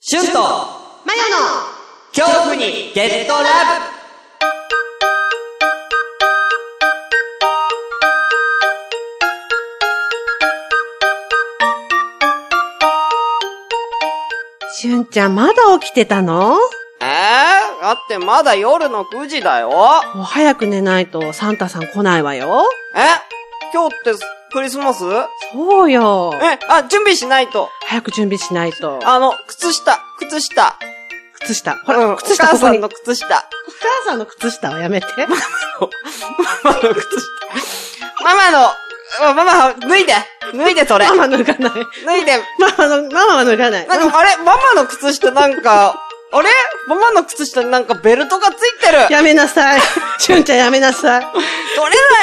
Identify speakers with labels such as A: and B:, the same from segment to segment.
A: シュンと
B: マヨの
A: 恐怖にゲットラブ
B: しゅんちゃんまだ起きてたの
C: えー、だってまだ夜の9時だよ。
B: もう早く寝ないとサンタさん来ないわよ。
C: え今日ってクリスマスえ、
B: そうよ。
C: あ、準備しないと。
B: 早く準備しないと。
C: あの、靴下、靴下。
B: 靴下。ほら、
C: うん
B: 靴
C: お
B: 下
C: 母
B: ここ
C: さ
B: に。
C: ん
B: お
C: の靴下。
B: 母さんの靴下はやめて。
C: ママの靴下。ママの、あママ、脱いで脱いで それ
B: ママ脱がない。
C: 脱いで
B: ママの、ママは脱がない。
C: なんか、あれママの靴下なんか、あれママの靴下になんかベルトがついてる取れ
B: やめなさい。しゅんちゃんやめなさい。や
C: ない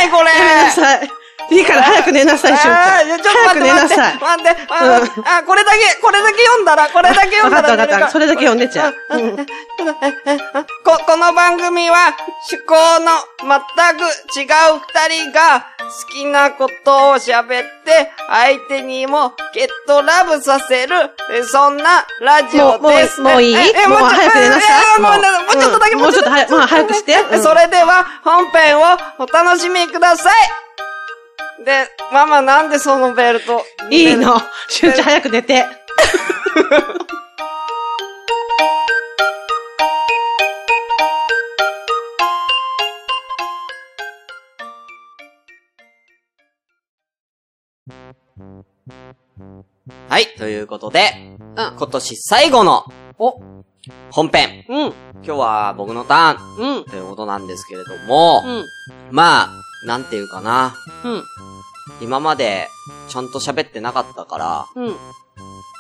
C: これ
B: めなさい。いいから早く寝なさい、しゅん
C: あ
B: ちゃ
C: あ
B: ん。
C: ー、ちょっと
B: 早
C: 待
B: く
C: っ
B: 寝
C: て
B: な
C: 待って
B: さい。
C: 待って。あーあー、これだけ、これだけ読んだら、これだけ読んだら。
B: わかったわかったそれだけ読んでちゃう
C: あああああこ、この番組は、趣向の全く違う二人が、好きなことを喋って、相手にもゲットラブさせる、えそんなラジオ
B: もうもう
C: です。
B: もういい
C: ええ
B: もう
C: ちょ
B: 早く寝なさい
C: えもうもうもうちょっとだけ、
B: うんもうちょっと早くまあ早くしてうん
C: それでは、本編をお楽しみください。で、ママなんでそのベルト
B: いい。の。しゅんちゃん早く寝て。
A: はい、ということで、今年最後の、お、本編。
B: うん。
A: 今日は僕のターン
B: うん。
A: ということなんですけれども、
B: うん。
A: まあ、なんていうかな。
B: うん。
A: 今まで、ちゃんと喋ってなかったから、
B: うん。
A: ち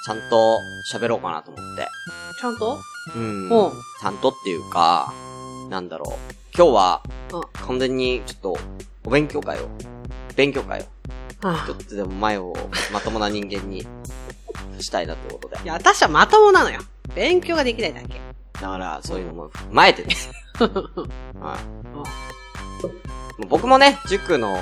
A: ゃんと喋ろうかなと思って。
B: ちゃんと
A: うん。
B: うん
A: ちゃんとっていうか、なんだろう。今日は
B: う、
A: 完全に、ちょっと、お勉強会を、勉強会を、
B: あ
A: ちょっとでも前を、まともな人間に、したいなってことで
B: あ。い。や、私はまともなのよ。勉強ができないだけ。
A: だから、そういうのも踏まえてね。はい。僕もね、塾の、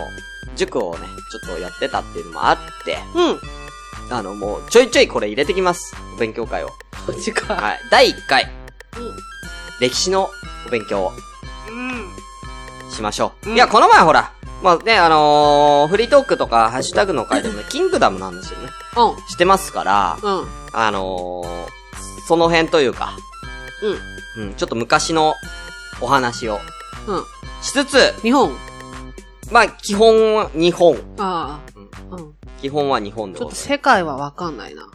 A: 塾をね、ちょっとやってたっていうのもあって、
B: うん。
A: あの、もう、ちょいちょいこれ入れてきます。お勉強会を。
B: マジか。
A: はい。第1回、
B: うん
A: 歴史のお勉強を
C: うん。
A: しましょう。
C: うん
A: いや、この前ほら、まあね、あのー、フリートークとか、ハッシュタグの回でもね、キングダムの話をね、
B: う
A: してますから、
B: ん。うん。
A: あのー、その辺というか、うん、ちょっと昔のお話を
B: うん。うん。
A: しつつ、
B: 日本
A: まあ、基本は日本。
B: ああ。うん。
A: 基本は日本で
B: ちょ
A: ご
B: っと
A: ざいます。
B: 世界はわかんないな。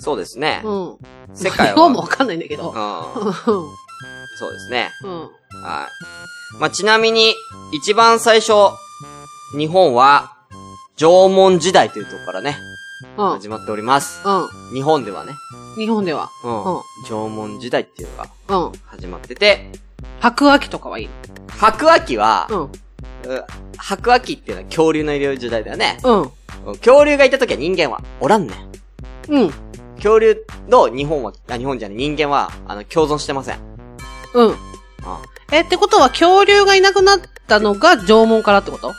A: そうですね。
B: うん。
A: 世界は
B: 日本もわかんないんだけど。
A: うん。
B: う
A: そうですね。
B: ん。うん。
A: はい。まあ、ちなみに、一番最初、日本は、縄文時代というところからね、
B: うん。
A: 始まっております。
B: うん。
A: 日本ではね、
B: 日本では。
A: うん
B: うん。
A: 縄文時代っていうのが
B: うん。
A: 始まってて、
B: 白亜紀とかはいい。
A: 白亜紀は
B: う、ん。
A: う白亜紀っていうのは恐竜のいる時代だよね。
B: うん。
A: うん恐竜がいた時は人間はおらんねん。
B: うん。
A: 恐竜と日本は、あ、日本じゃない、人間は、あの、共存してません。
B: うん。え、ってことは恐竜がいなくなったのが縄文からってこと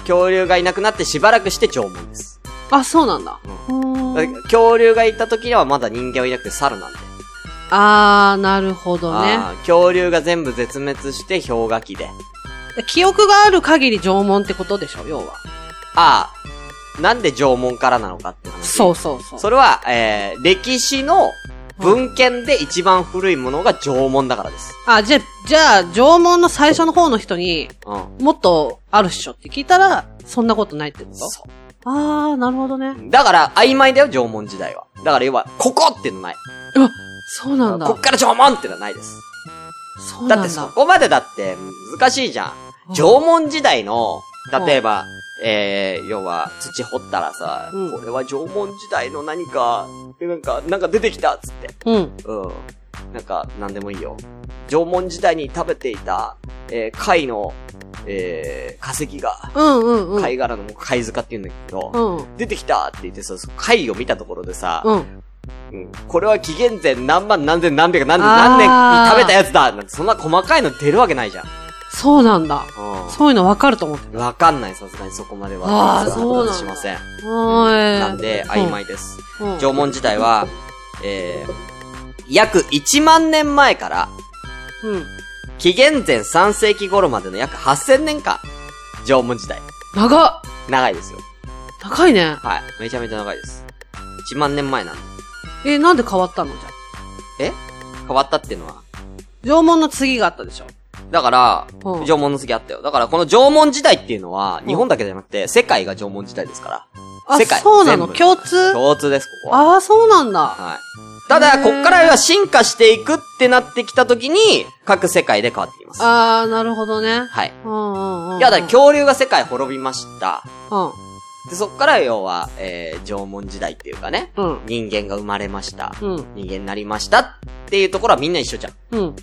A: 恐竜がいなくなってしばらくして縄文です。
B: あ、そうなんだ。うーん。
A: 恐竜がいた時にはまだ人間はいなくて猿なんで。
B: あー、なるほどね。
A: あー恐竜が全部絶滅して氷河期で。
B: 記憶がある限り縄文ってことでしょ、要は。
A: ああ、なんで縄文からなのかって話。
B: そうそうそう。
A: それは、えー、歴史の文献で一番古いものが縄文だからです。
B: あ、じゃあ、じゃあ、縄文の最初の方の人に、
A: うん。
B: もっとあるっしょって聞いたら、そんなことないってこと
A: そ
B: あー、なるほどね。
A: う。だから、曖昧だよ、縄文時代は。だから、要は、ここっていうのない。
B: そうなんだ。
A: こっから縄文っていうのはないです。
B: そうなんだ。
A: だってそこまでだって難しいじゃん。縄文時代の、例えば、えー、要は、土掘ったらさ、
B: うん
A: これは縄文時代の何か、なんか、なんか出てきたっつって。
B: うん。
A: うん。なんか、なんでもいいよ。縄文時代に食べていた、えー貝の、えー、化石が、
B: うんうんうん。
A: 貝殻の貝塚って言うんだけ
B: う
A: ど、
B: ん。
A: 出てきたって言ってさ、その貝を見たところでさ、
B: うん。
A: うんこれは紀元前何万何千何百何
B: あー
A: 何年に食べたやつだなんてそんな細かいの出るわけないじゃん。
B: そうなんだ。そういうのわかると思って
A: わかんない、さすがにそこまでは。
B: あー
A: んなこと
B: そうなんだ
A: しません。
B: た。はーい。
A: なんで、曖昧です。
B: うん。
A: 縄文時代は、えー、約1万年前から、
B: うん。
A: 紀元前3世紀頃までの約8000年間、縄文時代。
B: 長っ
A: 長いですよ。
B: 高いね。
A: はい。めちゃめちゃ長いです。1万年前なんで。
B: え、なんで変わったのじゃあ
A: え変わったっていうのは。
B: 縄文の次があったでしょ。
A: だから、
B: うん
A: 縄文の次あったよ。だからこの縄文時代っていうのは、日本だけじゃなくて、世界が縄文時代ですか
B: あ、
A: 世界
B: そうなの
A: 全部
B: 共通
A: ら。共通です、ここは。
B: ああ、そうなんだ。
A: はい。ただ、
B: へー
A: こっからは進化していくってなってきた時に、各世界で変わってきます。
B: ああ、なるほどね。
A: はい。
B: うんうんうん。
A: いや、だから恐竜が世界滅びました。
B: 今
A: で、そっから要は、えー、縄文時代っていうかね、
B: 日。うん。
A: 人間が生まれました。
B: うん。
A: 人間になりましたっていうところはみんな一緒じゃん。
B: うん。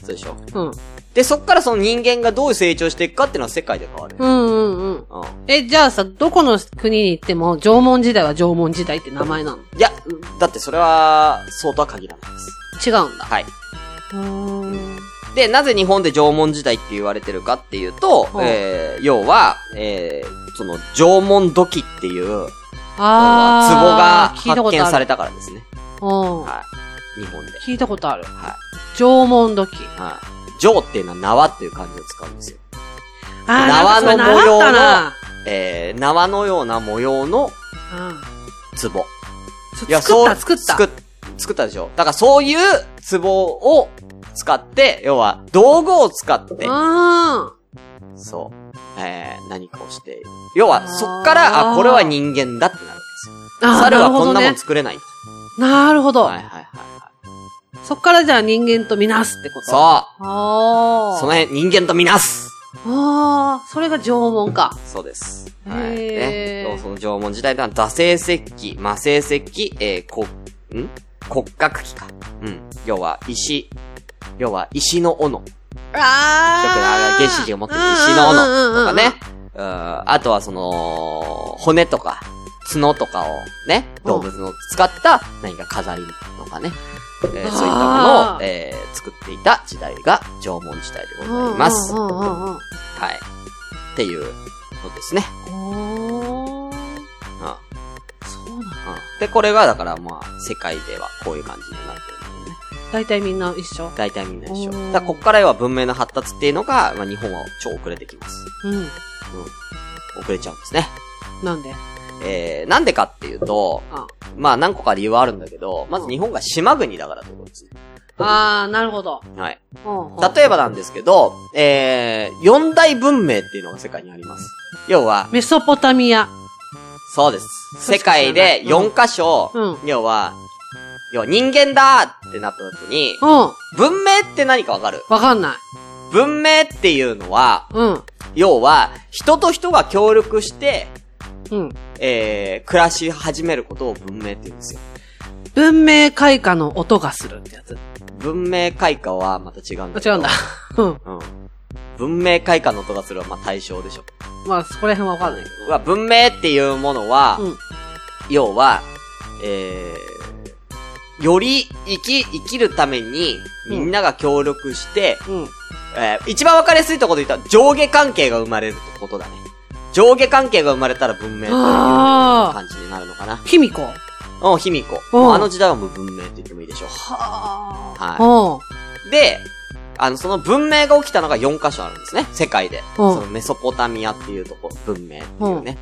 A: そうでしょ。
B: うん。
A: で、そっからその人間がどう成長していくかっていうのは世界で変わる。
B: うんうんうん。
A: うん。
B: え、じゃあさ、どこの国に行っても、縄文時代は縄文時代って名前なの
A: いや、だってそれは、そうとは限らないです。
B: 違うんだ。
A: はい。
B: うーん。
A: で、なぜ日本で縄文時代って言われてるかっていうと、
B: うん
A: えー、要は、えー、その縄文土器っていう、
B: あー。
A: 壺が発見され
B: た
A: たからですね。
B: ことある。
A: はい。日本で
B: うん。。聞いたことある。
A: はい。
B: 縄文土器。
A: はい。縄っていうのは縄っていう漢字を使うんですよ。
B: あー、
A: 縄の
B: なんかそれ習った
A: 模えー、縄のような模様の
B: な。うん
A: 壺。
B: そ作った、作
A: そ
B: った。
A: う作っ作ったでしょ。だからそういう壺を使って、要は道具を使って、
B: あ
A: そう。えー、何かをしている。要は、そっか
B: あ
A: ら、
B: ー
A: あ、これは人間だってなるんですよ。
B: ーあー。
A: 猿はこんなも
B: る
A: ん作れない。
B: ほどね。なるほど。
A: はいはいはいはい。
B: そっからじゃあ人間とみなすってことう。
A: そ
B: あ
A: う。
B: ー。
A: その辺、人間とみなす。
B: あー、それが縄文か。
A: そうです。
B: へ
A: はい。
B: ー
A: ね。そうその縄文時代では、座性石器、魔性石器、えー、こ、ん骨格器か。うん。要は、石。要は、石の斧。
B: あ
A: よくあの原始人が持ってる石の斧とか
B: 斧
A: ね。。うん。あとはその、骨とか、角とかをね、
B: うん
A: 動物の使った何か飾りとかね。えーそういったもの
B: あー
A: を、えー作っていた時代が縄文時代でご
B: うんうん
A: ざいます。
B: うんう
A: は
B: んうんうん
A: い。っていうことですね。
B: おー
A: うんう
B: そ
A: ん
B: うなんだ。
A: で、これがだからまあ、世界ではこういう感じになってるんでね。
B: 大体みんな一緒。
A: 大体みんな一緒。
B: う
A: だ
B: ん
A: からこっからは文明の発達っていうのが、まあ日本は超遅れてきます。
B: うん。
A: 遅れちゃうんですね。
B: なんで
A: えー、なんでかっていうと、
B: あ
A: まあ何個か理由はあるんだけど、まず日本が島国だからってことですね。
B: あー、なるほど。
A: はい。
B: うんうん
A: 例えばなんですけど、えー、四大文明っていうのが世界にあります。要は、
B: メソポタミア。
A: そうです。
B: そう
A: 世
B: しか知らない
A: 界で4箇所、
B: うん。うん。
A: 要は、要は人間だーってなった時に、
B: わ
A: 文明って何かわかる
B: かんない。
A: 文明っていうのは、
B: うん。
A: 要は、人と人が協力して、
B: うん。
A: えー、暮らし始めることを文明って言うんですよ。
B: 文明開化の音がするってやつ。
A: 文明開化はまた違うんだけ
B: あ違う
A: ど。
B: んだ。うん。
A: うん。文明開化の音がするはまあ対象でしょ。
B: まあ、そこら辺はわかんないけ
A: は文明っていうものは、
B: ど。うん。
A: 要は、えー、より生き、生きるために、みんなが協力して、
B: うん。
A: えー一番わかりやすいところで言ったら上下関係が生まれるってことだね。上下関係が生まれたら文明という
B: あー
A: 感じになるのかな。
B: 卑弥呼。は
A: うん、卑弥呼。
B: うん
A: もうあの時代はもう文明って言ってもいいでしょう。
B: あ。
A: はい。
B: うん。
A: で、あの、その文明が起きたのが4カ所あるんですね、世界で。
B: うん
A: そのメソポタミアっていうとこ、文明っていうね。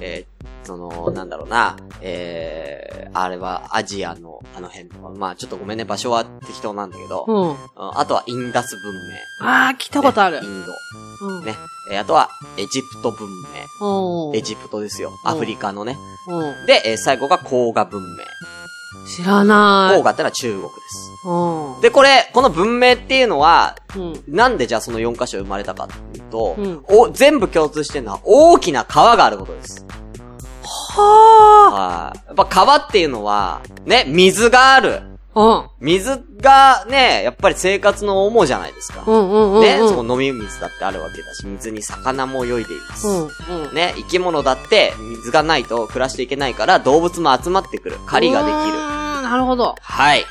A: えーその、なんだろうな、えー、あれはアジアのあの辺の、まあちょっとごめんね、場所は適当なんだけど、うん
B: うん。
A: あとはインダス文明。
B: ああ、聞いたことある
A: ねイ。ンド。
B: うん。
A: ね。えーあとはエジプト文
B: うん
A: 明。エジプトですよ。
B: うん
A: アフリカのね。
B: うん。
A: で、えー最後が黄河文明。
B: 知らな
A: 黄
B: い。
A: 河ってのは中国です。
B: うん。
A: で、これ、この文明っていうのは、
B: うん。
A: なんでじゃあその4箇所生まれたかっていうと、
B: うん
A: お、全部共通してるのは大きな川があることです。
B: は
A: はい。やっぱ川っていうのは、ね、水がある。
B: あ。
A: 水がね、やっぱり生活の主じゃないですか
B: う。ん。うんうんうん。
A: ね、そ
B: うん。
A: の飲み水だってあるわけだし、水に魚も泳いでいます。
B: うん。
A: ね、生き物だって水がないと暮らしていけないから動物も集まってくる。狩りができ
B: う
A: る。
B: ーんなるほど。
A: はい。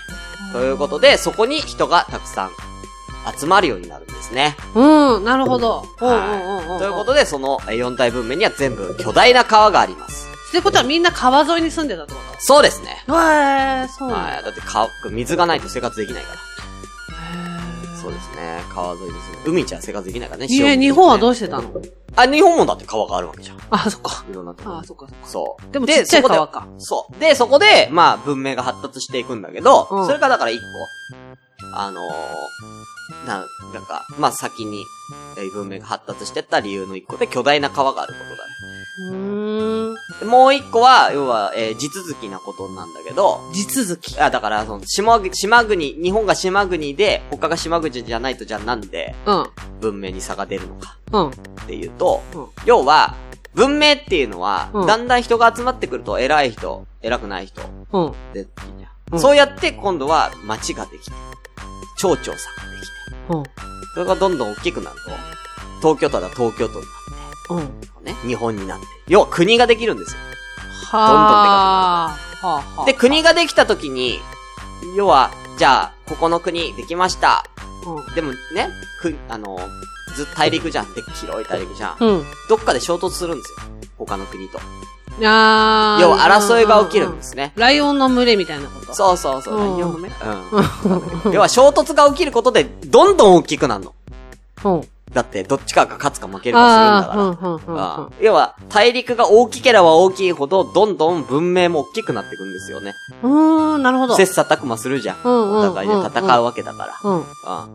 A: ということで、そこに人がたくさん集まるようになるんですね。
B: うん、なるほど。うんうんうんん
A: ということで、その4大文明には全部巨大な川があります。
B: で、ってことはみんな川沿いに住んでたってこ
A: そうですね。
B: とへえ、そうなんだ。
A: はい。だって川、水がないと生活できないから。
B: へー
A: そうですね。川沿いですね。海じゃ生活できないからね。
B: いえ、日本はどうし
A: し
B: てたの
A: あ、日本もだって川があるわけじゃん。
B: あ、そっか。
A: いろんなとこ
B: あ
A: ろ
B: そっかそっか。
A: そう。
B: でもちっちゃい川か。
A: そう。で、そこで、まあ、文明が発達していくんだけど、
B: うん
A: それがだから一個、あのー、な、なんか、まあ先に、えー文明が発達してった理由の一個で巨大な川があることだね。
B: うーん。
A: でもう一個は、要は、えー地続きなことなんだけど、
B: 地続き。
A: あ、だから、その、島国、島国、日本が島国で、他が島国じゃないとじゃあなんで、
B: うん。
A: 文明に差が出るのか
B: うん。
A: っていうと、
B: うん
A: 要は、文明っていうのは、
B: うん
A: だんだん人が集まってくると、偉い人、偉くない人、
B: うん。
A: で、いいじゃん
B: うん
A: そうやって今度は町ができて、町長さんができて、
B: うん。
A: それがどんどん大きくなると、東京都だ東京都に
B: うん。
A: なってね、日本になって、要は国ができるんですよ。
B: はあ。はあはあ。
A: で、国ができた時に、要は、じゃあ、ここの国できました。
B: う
A: でもね、く、あの、ずっと大陸じゃん。で、広い大陸じゃん。
B: ん。うん。
A: どっかで衝突するんですよ。他の国と。
B: あー
A: 要は争いが起きるんですね。
B: ライオンの群れみたいなこと。
A: そうそうそう。
B: うん
A: ライオンのね。うん。要は衝突が起きることで、どんどん大きくなるの。
B: うん。
A: だって、どっちかが勝つか負けるかす
B: あ
A: るんだ
B: あ
A: か
B: ー、う
A: ら。
B: ん、うん、うん
A: ああ要は、大陸が大きければ大きいほど、どんどん文明も大きくなっていくんですよね。
B: うん。うーん、なるほど。
A: 切磋琢磨するじゃん。
B: うんうん
A: お互いで戦うわけだから。
B: うん。
A: ああ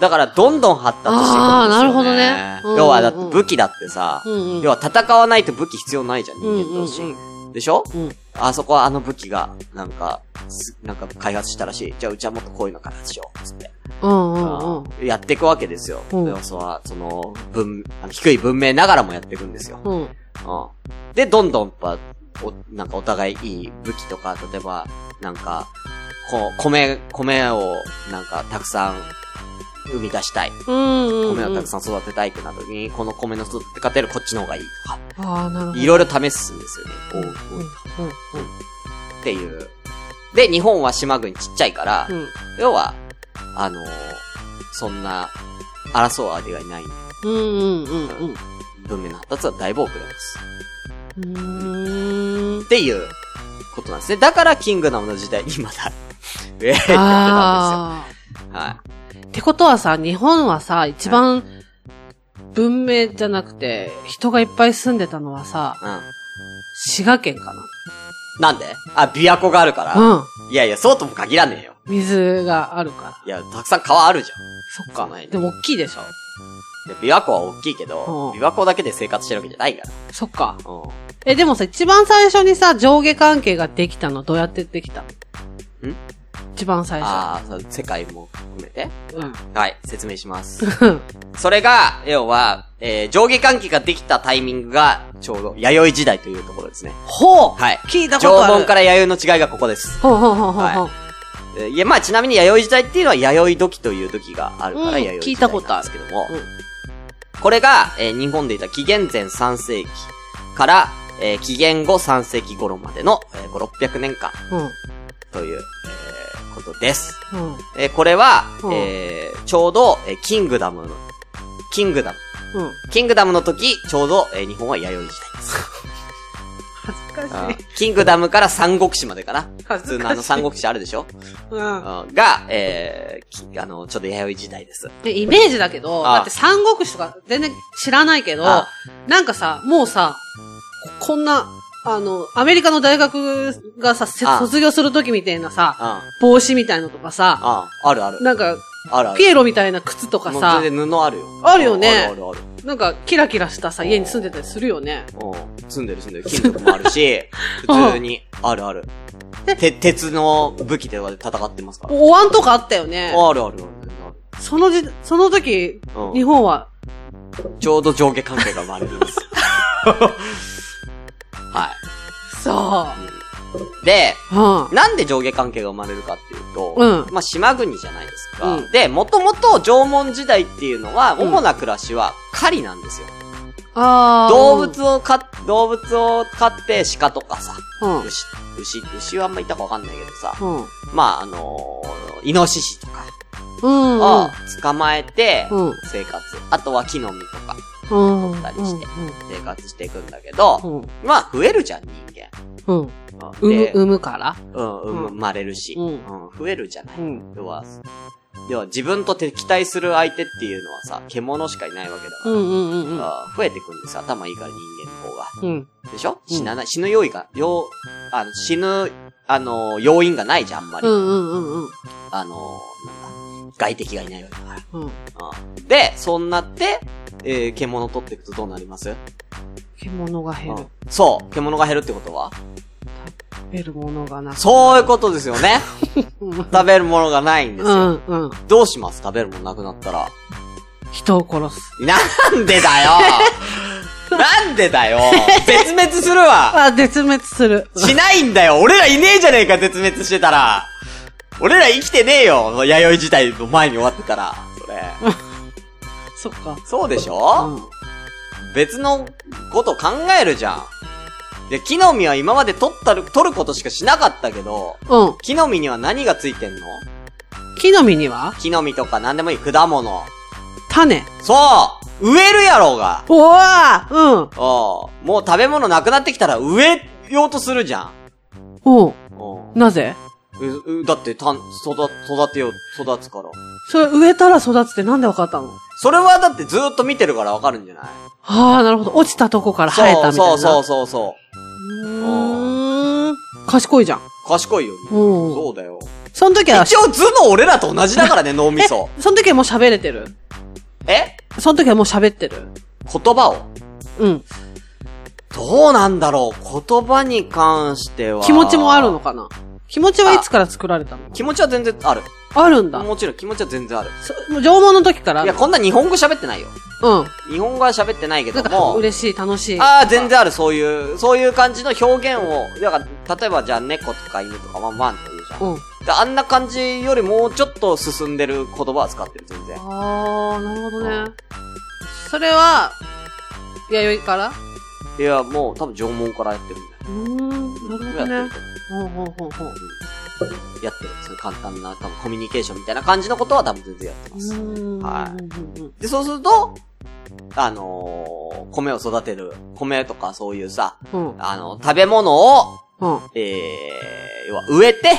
A: だから、どんどん発達していくんですよ、ね。
B: ああなるほどねうんうんうん
A: 要は、だって武器だってさ、
B: うん、うん。
A: 要は戦わないと武器必要ないじゃん、
B: うん、
A: 人間同士。
B: うん、
A: でしょ
B: うん。
A: あそこはあの武器が、なんか、すなんか開発したらしい。じゃあうちはもっとこういうの開発しよう。つって。
B: うん、うん、うん。
A: やっていくわけですよ。
B: うん
A: でもそうは、その、文、あの低い文明ながらもやっていくんですよ。
B: うん、
A: うん。で、どんどんやっぱ、お、なんかお互いいい武器とか、例えば、なんか、こう、米、米を、なんか、たくさん、生み出したい。
B: うんうん。
A: 米をたくさん育てたいってなった時に、この米の育て方よりこっちの方がいいとか、
B: ん。ああ、なるほど。
A: いろいろ試すんですよね。おうおう
B: うん、
A: っていう。で、日本は島国ちっちゃいから、
B: うん、
A: 要は、あのーそんな、争う相手がいない
B: うん、うん、うん、うん。
A: 文明の発達はだいぶ遅れます。
B: うーん
A: っ。ていうことなんですね。だから、キングダムの時代にま た、ええ、やってたん
B: あ
A: ですよ。は
B: あ。ってことはさ、日本はさ、一番、文明じゃなくて、人がいっぱい住んでたのはさ、
A: い。
B: 滋賀県か
A: うん。なんであ、琵琶湖があるから。
B: な。うん。
A: いやいや、そうとも限らねえよ。
B: 水があるから。
A: いや、たくさん川あるじゃん。
B: そっ
A: か
B: か。でも大きいでしょ
A: いや琵琶湖は大きいけど、
B: うん
A: 琵琶湖だけで生活してるわけじゃないから。
B: そっか。
A: うん。
B: え、でもさ、一番最初にさ、上下関係ができたのどうやってできたん一番最初。
A: ああ、そう世界も含めて。
B: うん。
A: はい、説明します。
B: うん
A: それが、要は、えー上下関係ができたタイミングが、ちょうど、弥生時代というところですね。
B: ほう
A: はい
B: 聞いたこと
A: 縄
B: ある。
A: 文から弥生の違いがここです。
B: ほうほうほうほうほう
A: は。えーいや、まあ、ちなみに弥生時代っていうのは、弥生時という時があるか
B: うん
A: ら、弥生
B: 聞い
A: 時
B: た
A: 代
B: こと
A: なん
B: あ
A: で
B: る
A: すけども、
B: うん
A: これが、えー日本でいた紀元前3世紀から、えー紀元後3世紀頃までの、えー5、600年間という、えーことです。
B: うん。うん。
A: えーこれは、
B: うん
A: えーちょうど、えーキングダムの、キングダム、
B: うん。
A: キングダムの時、ちょうど、えー日本は弥生時代です。
B: 恥ず
A: あ
B: かしい。
A: ーキングダムから三国志までかな。
B: 恥
A: 普通
B: ず
A: のあ
B: か
A: の
B: しい
A: 三。国志あるでしょ
B: うん。
A: うんが、えーき、あの、ちょっと弥生時代です。
B: で、イメージだけど、
A: あ
B: だって三国志とか全然知らないけど、
A: あ
B: なんかさ、もうさ、ここんな、あの、アメリカの大学がさ、せ
A: あ
B: 卒業するときみたいなさ、
A: うん。うん。
B: 帽子みたいのとかさ、
A: あるある。
B: なんか、
A: あるある。
B: ピエロみたいな靴とか
A: もう
B: さ、
A: 全然布あるよ。
B: あるよね
A: あるあるある。
B: なんかキラキラしたさ、家に住んでたりするよね。
A: うん。住んでる住んでる。金属もあ るし、普通に、あるある。て、鉄の武器で戦ってますから。
B: お椀とかあったよね。
A: あるあるある。
B: そのじ、その時、
A: うん
B: 日本は、
A: ちょうど上下関係が生まれる んです。は
B: さ
A: い。で、
B: あ、
A: なんで上下関係が生まれるかっていうと、
B: うん
A: まあ島国じゃないですか。
B: うん
A: で、もともと縄文時代っていうのは、
B: うん
A: 主な暮らしは狩りなんですよ。
B: うん。ああ。
A: 動物をか、動物を飼って鹿とかさ、
B: うん。
A: 牛、牛、牛はあんまいたかわかんないけどさ、
B: うん。
A: まああのーイノシシとか
B: うん。
A: を捕まえて
B: うん。
A: 生活、あとは木の実とか
B: うん。うん。
A: たりして生活していくんだけど、
B: うん。
A: まあ増えるじゃん人間。
B: うん。
A: う
B: 産む、
A: で、
B: 産むから。
A: うん、生まれるし、
B: うん
A: うん増えるじゃない。
B: うん。
A: 要は、要は自分と敵対する相手っていうのはさ、獣しかいないわけだか
B: う
A: ら、
B: んうんうんうん。
A: あー増えてくんですよ。頭いいから人間の方が。
B: うん。
A: でしょ
B: うん
A: 死なない。死ぬ用意が、要、あの、死ぬ、あの、要因がないじゃん、あんまり。
B: うんうんうんうん。
A: あの、なんだ、外敵がいないわけだから。
B: うん。
A: うんで、そんなって、えー、獣取っていくとどうなります
B: 獣が減
A: う
B: る
A: ん。そう。獣が減るってことは
B: 食べるものがなく
A: そういうことですよ ね。
B: うん。
A: 食べるものがないんです
B: う
A: よ。
B: んうん。
A: どうします食べるものなくなったら。
B: 人を殺す。
A: なんでだ よなんでだよ絶滅するわ
B: あ、絶滅する。
A: しないんだよ俺らいねえじゃねえか、絶滅してたら俺ら生きてねえよ弥生時代の前に終わってたら。それ。
B: そっか。
A: そうでし
B: う
A: ょ、
B: ん
A: 別のこと考えるじゃん。で、木の実は今まで取ったる、取ることしかしなかったけど、
B: うん。
A: 木の実には何がついてんの
B: 木の実には
A: 木の実とか何でもいい果物。
B: 種。
A: そう植えるやろうが
B: おわうん。
A: おうもう食べ物なくなってきたら植えようとするじゃん。
B: おう
A: おう
B: なぜ
A: ううだって、たん、育、育てよう、育つから。
B: それ植えたら育つってなんでわかったの
A: それはだってずーっと見てるからわかるんじゃない
B: ああ、なるほど。落ちたとこから生えたみたいな。
A: そうそう
B: う。
A: そうそ
B: う
A: う。
B: ーん。賢いじゃん。
A: 賢いよ、ね。
B: うん
A: そうだよ。
B: その時は、
A: 一応頭脳俺らと同じだからね、脳みそ。
B: その時はもう喋れてる。
A: え
B: その時はもう喋ってる。
A: 言葉を
B: うん。
A: どうなんだろう言葉に関しては。
B: 気持ちもあるのかな気持ちはいつから作られたの
A: 気持ちは全然ある。
B: あるんだ。
A: もちろん気持ちは全然ある。
B: そもう縄文の時から
A: いや、こんな日本語喋ってないよ。
B: うん。
A: 日本語は喋ってないけ
B: な
A: ど
B: んか、
A: も。
B: 嬉しい、楽しい。
A: ああ、全然ある、そういう、そういう感じの表現を、だから、例えばじゃあ猫とか犬とかワンワンって言うじゃん。
B: うん。
A: であんな感じよりもうちょっと進んでる言葉は使ってる、全然。
B: ああ、なるほどね。それは、弥生から
A: いや、もう多分縄文からやってるんだ
B: うーん、
A: よ。
B: なるほど
A: やっ
B: ね
A: て。る
B: ほうほうほうほう。
A: やってる。そういう簡単な、多分コミュニケーションみたいな感じのことは多分全然やってます。
B: うーん
A: は
B: うんうん
A: で、そうすると、あのー米を育てる、米とかそういうさ、
B: うん。うん。
A: あの、食べ物を、
B: うん。
A: えー、要は植えて、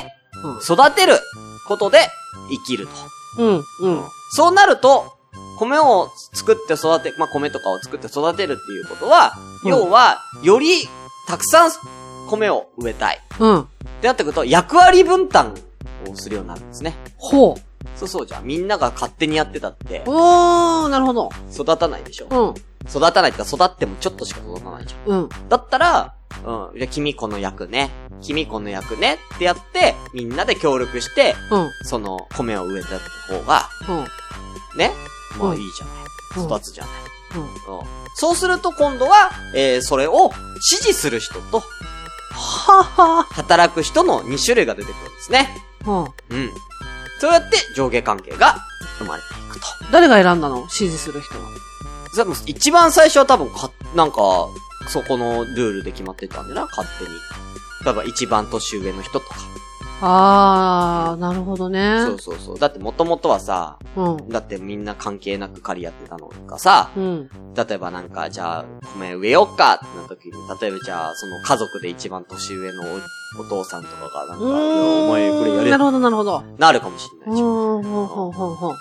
A: 育てることで生きると。
B: うん。うん。
A: そうなると、米を作って育て、まあ、米とかを作って育てるっていうことは、
B: うん
A: 要は、より、たくさん米を植えたい。
B: うん。
A: ってなってくると、役割分担をするようになるんですね。
B: ほう。
A: そうそうじゃん。みんなが勝手にやってたって、
B: おー、なるほど。
A: 育たないでしょ。
B: うん。
A: 育たないってか、育ってもちょっとしか育たないじゃん。
B: うん。
A: だったら、うん、じゃあ君この役ね、君この役ねってやって、みんなで協力して、
B: うん。
A: その米を植えた方が、
B: うん。
A: ね、まあ
B: うん
A: いいじゃ
B: う
A: ない。
B: ん
A: 育つじゃない。
B: うん
A: そうすると今度は、えー、それを支持する人と、
B: はは。
A: 働く人の2種類が出てくるんですね。
B: うん。
A: うん。そうやって上下関係が生まれていくと。
B: 誰が選んだの支持する人は。
A: それも一番最初は多分か、なんか、そこのルールで決まってたんだよな、勝手に。例えば一番年上の人とか。
B: あー、なるほどね。
A: そうそうそう。だって元々はさ、
B: うん。
A: だってみんな関係なく借り合ってたのがさ、
B: うん。
A: 例えばなんか、じゃあ、米植えようかってなった時に、例えばじゃあ、その家族で一番年上のおお父さんとかがなんか、いやお前これやれ
B: なるほど、なるほど。
A: なるかもしれ
B: う
A: ないじゃん。
B: ん、ほんほんほんほん。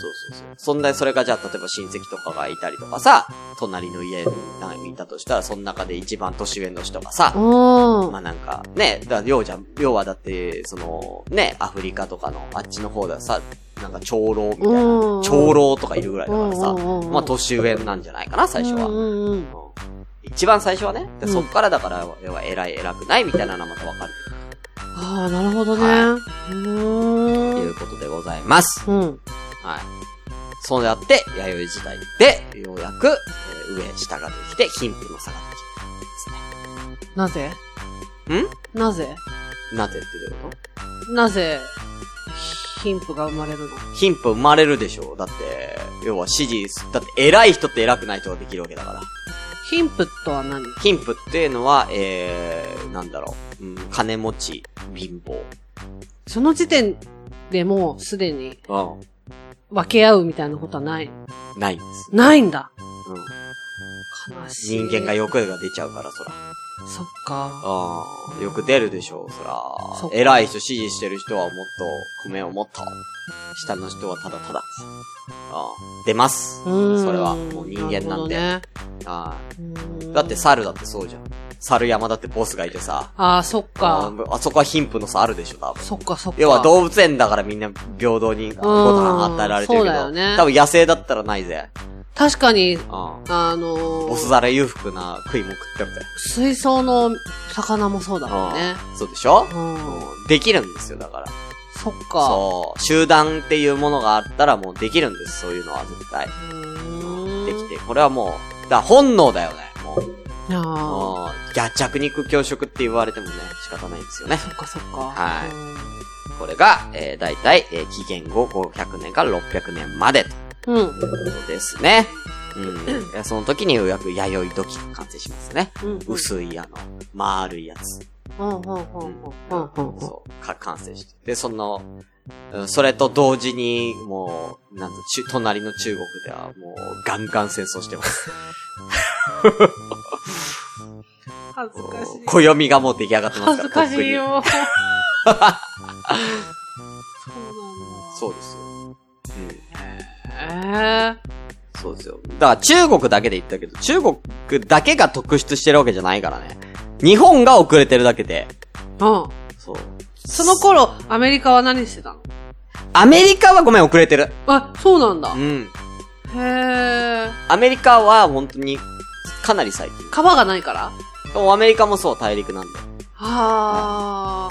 A: そうそうそう。そんな、それがじゃあ、例えば親戚とかがいたりとかさ、隣の家にいたとしたら、その中で一番年上の人がさ、
B: うん。
A: まあなんか、ね、だから要じゃん、要はだって、その、ね、アフリカとかのあっちの方ではさ、なんか長老みたいな、
B: うん
A: 長老とかいるぐらいだからさ、
B: うんうんうんうん
A: まあ年上なんじゃないかな、最初は。
B: うんうんうん
A: 一番最初はね。で
B: うん
A: そっからだから、要は偉い偉くないみたいなのはまたわかる
B: ああ、なるほどね。
A: は
B: う
A: とい
B: ー。
A: うんことでございます。
B: うん。
A: はい。そうやって、弥生時代で、ようやく、えー上、下ができて、貧富の差がで
B: なぜ
A: ん
B: なぜ
A: きる。なぜってどういうこ
B: なぜ、貧富が生まれるの
A: と貧富生まれるでしょうだって、要は支持す、だって偉い人って偉くない人ができるわけだから。
B: 貧富とは何
A: 貧富っていうのは、えー、なんだろう。うん、金持ち、貧乏。
B: その時点でもうすでに
A: う
B: 分け合うみたいなことはない。
A: ん。ないんです。
B: ないんだ。
A: うん。
B: 悲しい。
A: 人間が欲が出ちゃうから、そら。
B: そっか。
A: うん。よく出るでしょう、そら。
B: そっか
A: 偉い人支持してる人はもっと、米をもっと。下の人はただただ。うん。出ます。
B: うん。
A: それは、もう人間なんで。
B: る
A: あ
B: ほどねうん
A: だって猿だってそうじゃん。猿山だってボスがいてさ。
B: ああ、そっ
A: う
B: か。
A: んあそこは貧富の差あるでしょ、多分。
B: そっかそっか。
A: 要は動物園だからみんな平等にご飯与えられてるけ
B: そうだよ
A: ど、
B: ね
A: 多分野生だったらないぜ。
B: 確かに、
A: うん。
B: あの
A: ボス
B: ー、
A: 皿裕福な食いも食ってるぜ。
B: 水槽の魚もそうだもんね。
A: うん。そうでしょ
B: うん。
A: うんできるんですよ、だから。
B: そっか。
A: そう。集団っていうものがあったらもうできるんです、そういうのは絶対。
B: う
A: で
B: ーん
A: きて。これはもう、だから本能だよね、もう。
B: あ
A: うん。逆着肉強食って言われてもね、仕方ないんですよね
B: あ。。そっかそっか。
A: はい
B: い。
A: これが、えー、大体、えー、紀元後500年から600年までとい
B: うん。
A: うことですね。うん。いやその時にようやく弥生土器が完成しますね。
B: うん。
A: 薄いあの、丸いやつ。
B: うん。うん。うん。うん。うん。うん。うん。
A: そう、か、完成して。で、その、うんそれと同時に、もう、なんと、ちゅ隣の中国では、もう、ガンガン戦争してます。
B: 恥ずかしい。
A: 暦がもう出来上がってます
B: 恥
A: から。
B: ずかしい
A: とっ
B: よ。
A: くに
B: そ
A: そううですよ。
B: なんだ。え
A: うん。そうですよ。だから中国だけで言ったけど、中国だけが特出してるわけじゃないからね。日本が遅れてるだけ
B: え
A: で。
B: うん。
A: そう。
B: その頃、アメリカは何してたの
A: アメリカはごめん遅れてる。
B: あ、そうなんだ
A: う。ん。
B: へえ。
A: アメリカは本当に、かなり最近。
B: 川がないから
A: でもアメリカもそう、大陸なんで。
B: はあ。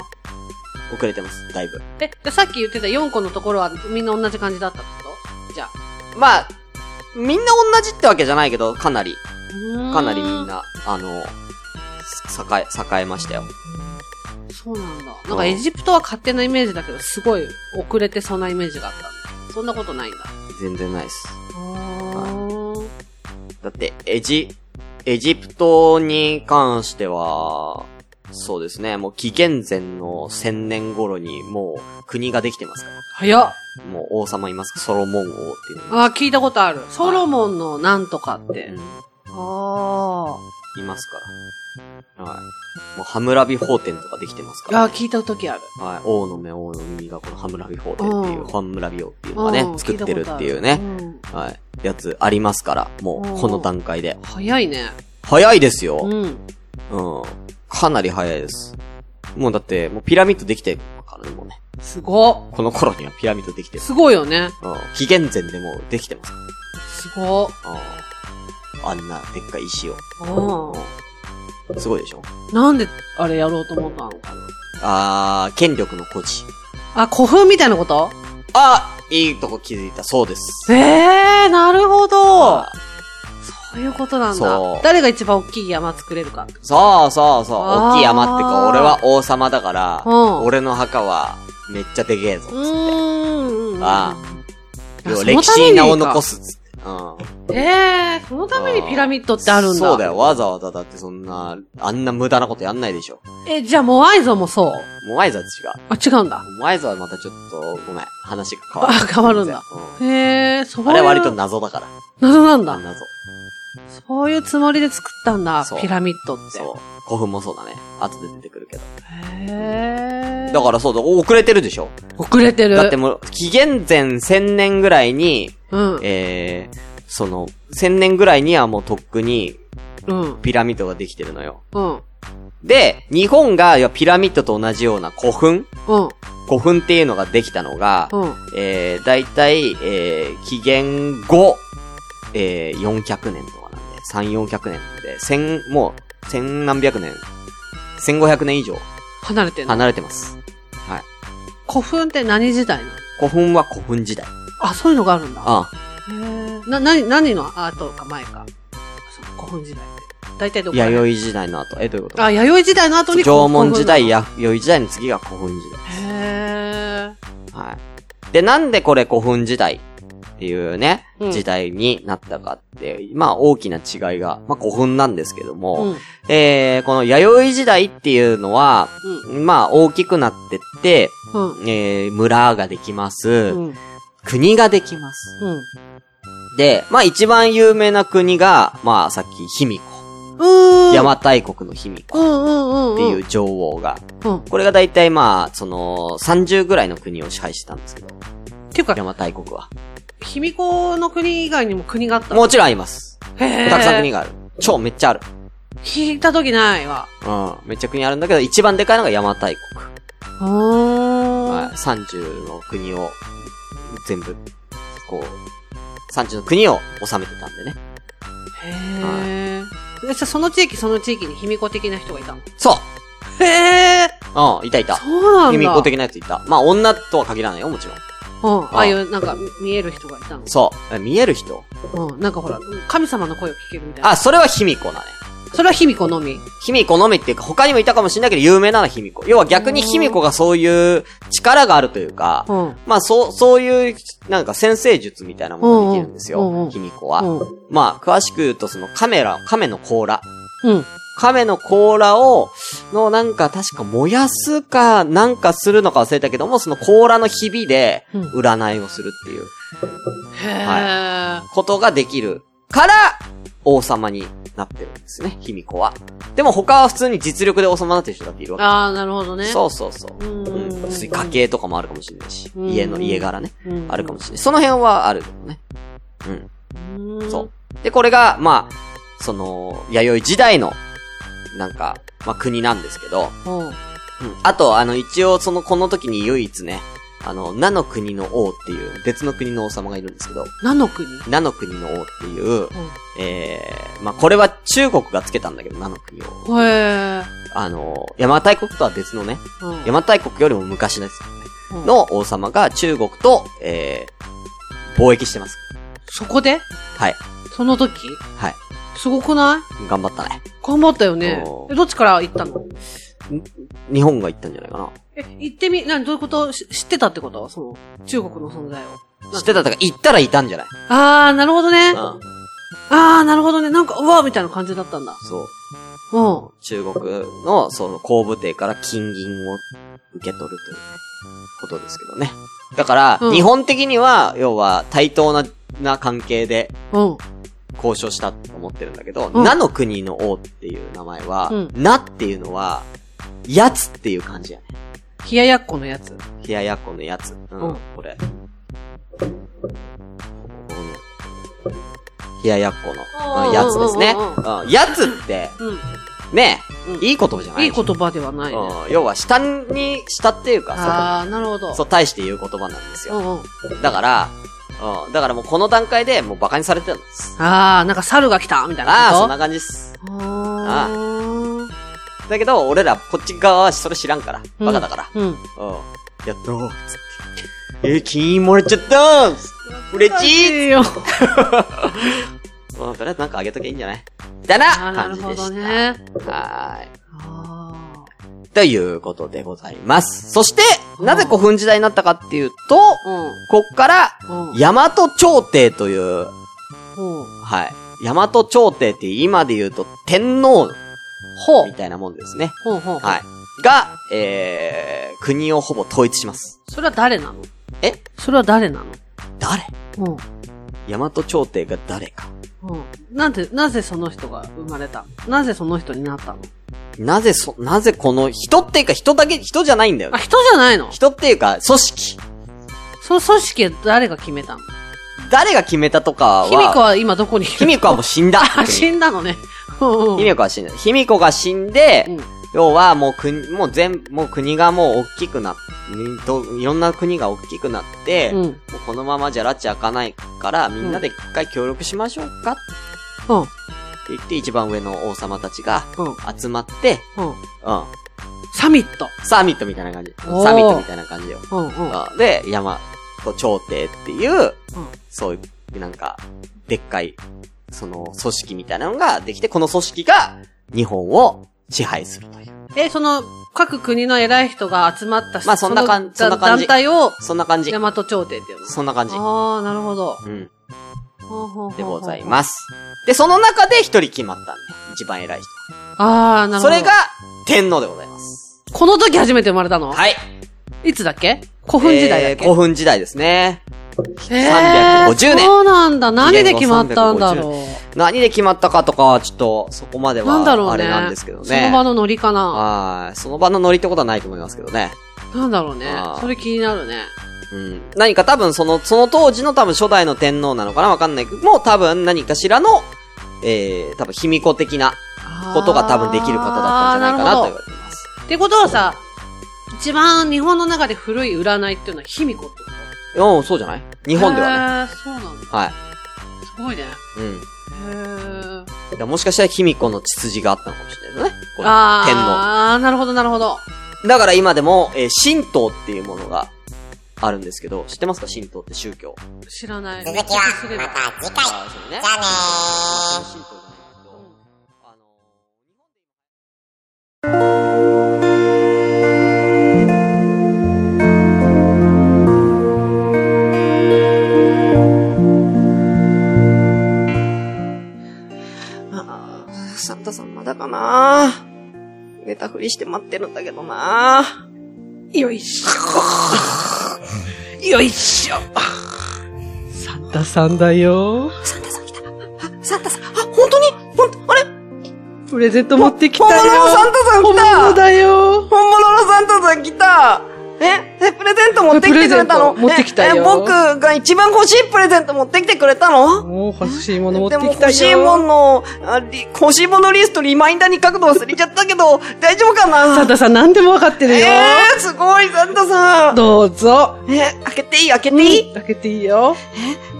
A: 遅れてます、だいぶ。
B: え、でさっき言ってた4個のところはみんな同じ感じだったってことじゃあ。
A: まあ、みんな同じってわけじゃないけど、かなり、かなりみん
B: な。
A: な、あの、栄え、栄えましたよ。
B: そうなんだ。なんかエジプトは勝手なイメージだけど、すごい遅れてそうなイメージがあった。そんなことないんだ。
A: 全然ないっす。
B: は
A: だって、エジ、エジプトに関しては、そうですね、もう紀元前の1000年頃にもう国ができてますか
B: 早っ。
A: ら。もう王様いますソロモン王っていうのが
B: ああ、聞いたことある。ソロモンのなんとかって。あ
A: うんいますから。はい。もうハムラビ法典とかできてます
B: あ。
A: か
B: いや
A: ら、
B: ー、聞いた時ある。
A: はい。王の目、王の耳がこのハムラビ法典っていうう、
B: ん
A: ハムラビ王っていうのがね
B: う、ん
A: 作ってるっていうね。。はい。やつありますから、も
B: うん
A: う、この段階で。
B: 早いね。
A: 早いですよ。
B: うん。
A: うん。かなり早いです。もうだって、もうピラミッドできてるからね、もうね。
B: すご
A: この頃にはピラミッドできて
B: っ。
A: る。
B: すごいよね。
A: うん。紀元前でもうできてますか
B: すごっ。
A: ら。うん。あんなでっかい石を。
B: うん
A: うんすごいでしょ
B: なんで、あれやろうと思ったのかな。
A: あー、権力の誇示。
B: あ、古墳みたいなこと
A: あいいとこ気づいた。そうです。
B: ええー、なるほど
A: あ。
B: そういうことなん
A: そ
B: だ
A: う。
B: 誰が一番大きい山作れるか。
A: そうそうそう。
B: あー
A: 大きい山ってか、俺は王様だから、
B: うん
A: 俺の墓はめっちゃでけえぞ。
B: うーん。
A: あ
B: い
A: 要
B: や
A: は
B: その
A: 歴
B: た
A: 史
B: め
A: に
B: に
A: 名
B: か
A: を残すっつって。うん。
B: ええー、そのためにピラミッドってあるんだ。
A: そうだよ、。わざわざだってそんな、あんな無駄なことやんないでしょ。
B: え、じゃあモアイ像もそう
A: モアイザー違
B: あ、違うんだ。
A: う。モアイザーはまたちょっと、ごめん、話が変わる。
B: あ、変わるんだ。
A: う
B: へえー、そういう。
A: ん。あれは割と謎だから。
B: 謎なんだ。
A: 謎。
B: そういうつもりで作ったんだ
A: そ、う
B: ピラミッドって。
A: そう。古墳もそうだね。後で出てくるけど。
B: へえ。
A: だからそうだ、遅れてるでしょ。
B: 遅れてる。
A: だってもう、紀元前1000年ぐらいに、
B: うん。
A: えー、その、1000年ぐらいにはもうとっくに、
B: うん。
A: ピラミッドができてるのよ。
B: うん。
A: で、日本が、いやピラミッドと同じような古墳
B: うん。
A: 古墳っていうのができたのが、
B: うん。
A: えー、だいたい、えー、紀元後、えー、400年とかなんで、3、400年なんで、千、もう、千何百年、1500年以上
B: 離れてるの
A: 離れてます。
B: 古墳って何時代なの
A: 古墳は古墳時代。
B: あ、そういうのがあるんだ。
A: あ
B: へーな、何、何のアートか前か。そう古墳時代って。大体どこから
A: 弥生時代の後。え、どういうこと
B: あ、弥生時代の後に古
A: 縄文時代、
B: 古墳な
A: や弥生時代の次が古墳時代。
B: の。へー
A: はい。で、なんでこれ古墳時代っていうね、
B: うん
A: 時代になったかって、まあ大きな違いが、まあ古墳なんですけども、
B: うん。うん。
A: えー、この弥生時代っていうのは、まあ大きくなってって、
B: うん。
A: えー、村ができます、
B: うん。
A: 国ができます。
B: うん。
A: で、まあ一番有名な国が、まあさっき卑弥呼。
B: うん。
A: 邪馬台国の卑弥
B: う
A: 呼
B: んうんうん。
A: っていう。女王が、
B: うん。っ
A: これが大体まあ、その、30ぐらいの国を支配してたんですけど、
B: ていうか
A: 邪、馬台国は。
B: 卑弥呼の国以外にも国があった。
A: もちろんあります。
B: へー
A: たくさん国がある。超めっちゃある。
B: 聞いた時ないわ。
A: うん。めっちゃ国あるんだけど、一番でかいのが邪馬台国。
B: うーん。
A: はい。30の国を、全部、こう、30の国を治めてたんでね。
B: へーえ。じゃあその地域その地域に卑弥呼的な人がいたの
A: そう
B: へえ。
A: うん、いたいた。
B: そうなんだ。
A: 卑弥呼的なやついた。まあ、女とは限らないよ、もちろん。
B: うん。ああいう、なんか、見える人がいたの。
A: そう。え見える人
B: うん。なんかほら、神様の声を聞けるみたいな。
A: あ、それは卑弥呼だね。
B: それは卑弥呼のみ。
A: 卑弥呼のみっていうか、他にもいたかもしれないけど、有名なのは卑弥呼。要は逆に卑弥呼がそういう力があるというか、
B: うん。
A: まあ、そう、そういう、なんか先生術みたいなものができるんです
B: うんうん
A: よ。卑弥呼
B: う
A: は。
B: ん。
A: まあ、詳しく言うと、そのカメラ、亀の甲羅。
B: うん。
A: 亀の甲羅を、のなんか確か燃やすかなんかするのか忘れたけども、その甲羅のひびで
B: うん
A: 占いをするっていう
B: へえ。
A: ことができるから、王様になってるんですね、卑弥呼は。でも他は普通に実力で王様になってる人だっているわ
B: ああ、なるほど
A: け。
B: ね。
A: そうそうそう。
B: う
A: うん
B: ん。
A: 普通に家系とかもあるかもしれないし、
B: うん
A: 家の家柄ね、
B: うん
A: あるかもしれない。その辺はあるけどね。うん。
B: うん
A: そう。。で、これが、まあ、その、弥生時代の、なんか、まあ国なんですけど、
B: うん。
A: うんあと、あの、一応、その、この時に唯一ね、あの、ナの国の王っていう、別の国の王様がいるんですけど、
B: 何の国
A: ナの国の王っていう、ええまあ、これは中国がつけたんだけど、ナの国を。
B: うん。へえ。
A: あの、邪馬台国とは別のね、
B: うん
A: 邪馬台国よりも昔ですよ
B: う
A: ね。
B: ん
A: の王様が中国と、ええ貿易してます。
B: そこで
A: はい。
B: その時
A: はい。
B: すごくない
A: 頑張ったね。
B: 頑張ったよね
A: お。ー
B: えどっちから行ったの
A: 日本が行ったんじゃないかな。
B: え、行ってみ、なに、どういうことし知ってたってことその、中国の存在を。
A: 知ってたとか、行ったらいたんじゃない
B: あー、なるほどね。
A: う
B: あ
A: ん。
B: ー、なるほどね。なんか、うわーみたいな感じだったんだ。
A: そう。
B: うん。
A: 中国の、その、後部帝から金銀を受け取るということですけどね。だから、
B: うん
A: 日本的には、要は、対等な、な関係で
B: うん。
A: 交渉したと思ってるんだけど、
B: うん
A: なの国の王っていう名前は、
B: うん
A: なっていうのは、やつっていう感じやね。
B: 冷ややっこのやつ。
A: 冷ややっこのやつ。うん、
B: うん
A: これ。冷ややっこの、うんやつですね
B: うんうんう。
A: うんやつって、
B: う
A: ね、
B: うん。
A: いい言葉じゃなんい
B: いい言葉ではないね。
A: うん要は下に、下っていうかさ、
B: あー、なるほど。
A: そう、対して言う言葉なんです
B: う
A: よ。
B: んうん。
A: だから、うん、だからもうこの段階でもう馬鹿にされてたんです。
B: あー、なんか猿が来たみたいな
A: ああ、
B: こ
A: そ
B: と
A: んな感じです。
B: あー。
A: だけど、俺らこっち側はそれ知らんから、馬鹿だから。
B: うん。
A: うん。やったー、つって。えー、金もらっちゃったーつって嬉しい
B: いよ。
A: うん、とりあえずなんかあげときゃいいんじゃないみたいな
B: あー、な
A: 感
B: る
A: じ
B: ほ
A: で
B: ど
A: した。
B: ね。
A: はーい。
B: あ
A: ということでございます。そして、なぜ古墳時代になったかっていうと、
B: ー。う
A: こっから、
B: ん。うん。
A: 大和朝廷という、
B: ほう。
A: はい。大和朝廷って今で言うと天皇
B: ほう
A: み。たいなもんですね。
B: ほうほう。
A: はい。が、えー、国をほぼ統一します。
B: それは誰なの
A: え
B: それは誰なの
A: 誰
B: うん。
A: 大和朝廷が誰か。
B: うん。なんで、なぜその人が生まれたのなぜその人になったの
A: なぜそ、なぜこの人っていうか人だけ、人じゃないんだよ
B: あ、
A: ね。
B: 人じゃないの
A: 人っていうか組織。
B: その組織は誰が決めたの
A: 誰が決めたとかは、
B: 卑弥呼は今どこにいる
A: 卑弥呼はもう死ん だ。
B: あ、死んだのね。うんうん。
A: 卑弥呼は死んだ。卑弥呼が死んで、
B: うん
A: 要はもう国、もう全、もう国がもう大きくなっ、うんといろんな国が大きくなって、
B: うん。
A: もうこのままじゃ拉致開かないから、みんなで一回協力しましょうかって
B: うん。
A: 言って、一番上の王様たちが
B: うん。
A: 集まって、
B: うん。
A: うん。
B: サミット。
A: サミットみたいな感じ。
B: おー
A: サミットみたいな感じよ。
B: うんうん。
A: うんで、山と朝廷っていう、
B: うん
A: そういう、なんか、でっかい、その、組織みたいなのができて、この組織が日本を支配するという。
B: え、その、各国の偉い人が集まったし
A: まあそんな感じ
B: その
A: そんな感じ
B: 団体を、
A: そんな感じ
B: 大。和朝廷っていうの。
A: そんな感じ。
B: ああ、なるほど。
A: うん。
B: ほうほうほうほう
A: でございます。で、その中で一人決まったんで、一番偉い人。
B: ああ、なるほ
A: そ
B: ど。
A: れが、天皇でございます。
B: この時初めて生まれたの、
A: はい。
B: い、つだっけ古墳時代だっ
A: えー
B: け、
A: 古墳時代ですね。
B: えー
A: 350年
B: そうなんだ。何で決まったんだろう。
A: 何で決まったかとかは、ちょっと、そこまで
B: なんだろ
A: は、
B: う
A: あ
B: ね。
A: れなんですけどね。
B: その場のノリかな。
A: はい。その場のノリってことはないと思いますけどね。
B: なんだろうね
A: あ。ー
B: それ気になるね。
A: うん。何か多分その、その当時の多分初代の天皇なのかなわかんないけども、多分何かしらの、えー、多分卑弥呼的なことが多分できる方だったんじゃないかな
B: あ
A: と言わ
B: ーるほ
A: れてます。
B: どってことはさ、一番日本の中で古い占いっていうのは卑弥呼ってこと
A: うん、そうじゃない日本ではね。
B: ね。へー、そうなんだ。
A: はい。
B: すごいね。へ
A: うん。だ
B: ー。
A: からもしかしたら卑弥呼の血筋があったのかもしれないですね。この天皇。
B: あー、なるほど、なるほど。
A: だから今でも、えー神道っていうものがあるんですけど、知ってますか神道って宗教。
B: 知らない。
D: 続きはまた次回。
A: あーそうね
D: じゃあねー。
A: 神道じゃないけどあの
C: あーサンタさんまだかな寝たふりして待ってるんだけどな
B: よいしょ。よいしょ。サンタさんだよ。
C: サンタさん来た。あ、サンタさん、あ、本当にほんと、あれ
B: プレゼント持ってきた
C: 本
B: よ。
C: 物のサンタさん来た
B: 本物だよ。
C: 本物のサンタさん来たええ、プレゼント持ってきてくれたの
B: プレゼント持ってきたよ
C: ええ、僕が一番欲しいプレゼント持ってきてくれたの
B: もう欲しいもの持って
C: で
B: きた
C: も
B: よ。
C: 欲しいもの、あり欲しいものリストリマインダーに書くの忘れちゃったけど、大丈夫かな
B: サンタさん何でも分かってるよ。
C: えー、すごい、サンタさん。
B: どうぞ。
C: え、開けていい開けていい、
B: 開けていいよ。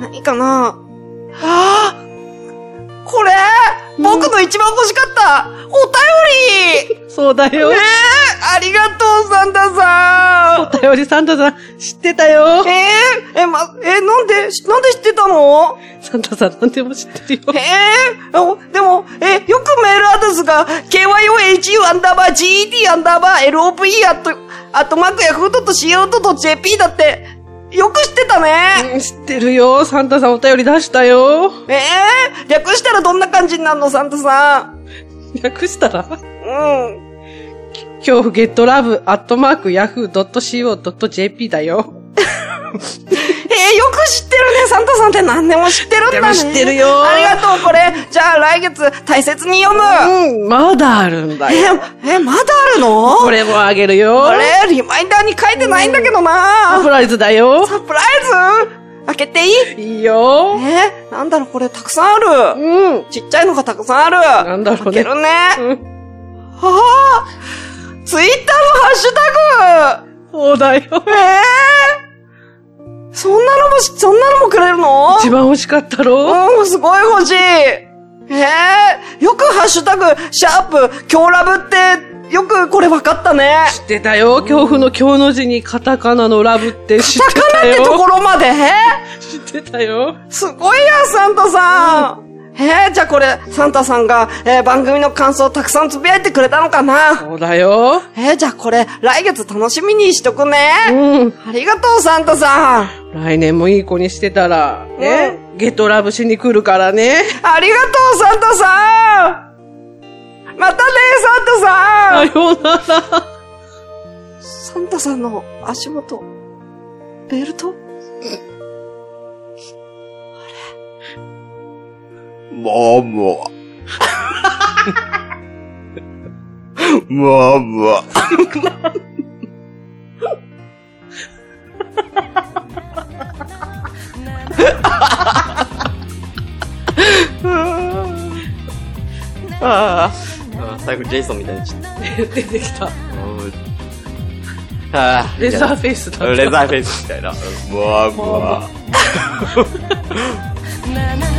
C: 何かなああこれ僕の一番欲しかったお便り
B: そうだよ
C: ええ。ありがとう、サンタさ
B: お便りサンタさん知ってたよ
C: んえ。ええ、ま、え、なんで、しなんで知ってたの
B: サンタさん何でも知ってるよ
C: え。えおでも、え、よくメールアドレスが、kyohu アンダーバー get アンダーバー lop アット、アットマークヤフー .co.jp だって、よく知ってたね
B: うん知ってるよ。サンタさんお便り出したよ。
C: ええ略したらどんな感じになるの、サンタさん。
B: 略した
C: う
B: ら
C: ん。
B: 恐怖ゲットラブアットマークヤフー .co.jp だよ。
C: えー、よく知ってるね。サンタさんって何でも知ってるんだね。
B: でも知ってるよ
C: ありがとう、これ。じゃあ来月大切に読む。
B: うん、まだあるんだ
C: えー、
B: よ。
C: えー、まだあるの
B: これもあげるよ。
C: あれリマインダーに書いてないんだけど
B: サ
C: な。
B: プライズだよ。
C: サプライズ開けていい
B: いいよ。
C: えー、なんだろう、これたくさんある。
B: うん。
C: ちっちゃいのがたくさんある。
B: なんだろう
C: 開け
B: ね。
C: るね。
B: うん
C: はぁツイッターのハッシュタグ
B: そうだよ。
C: えー、そんなのもし、そんなのもくれるの
B: 一番欲しかったろ
C: うん、すごい欲しい。ええよくハッシュタグ、シャープ、強ラブって、よくこれ分かったね。
B: 知ってたよ。恐怖の恐の字にカタカナのラブって知ってた
C: ってと
B: よ。
C: ころまで、
B: 知ってたよ。
C: すごいや、サンタさん。ええじゃあこれ、サンタさんが、えー番組の感想をたくさんつぶやいてくれたのかな
B: そうだよ。
C: ええじゃあこれ、来月楽しみにしとくね。
B: うん。
C: ありがとう、サンタさん。
B: 来年もいい子にしてたら、ね。ゲットラブしに来るからね。
C: ありがとう、サンタさん。またね、サンタさん。
B: さようなら。
C: サンタさんの足元、ベルト
E: ママ。ママ。
A: ああ、最後ジェイソンみたいにちょっと
B: 出てきた。
A: ああ
B: レザーフェイスだった。
A: レザーフェイスみたいな。
E: ママ。
F: なな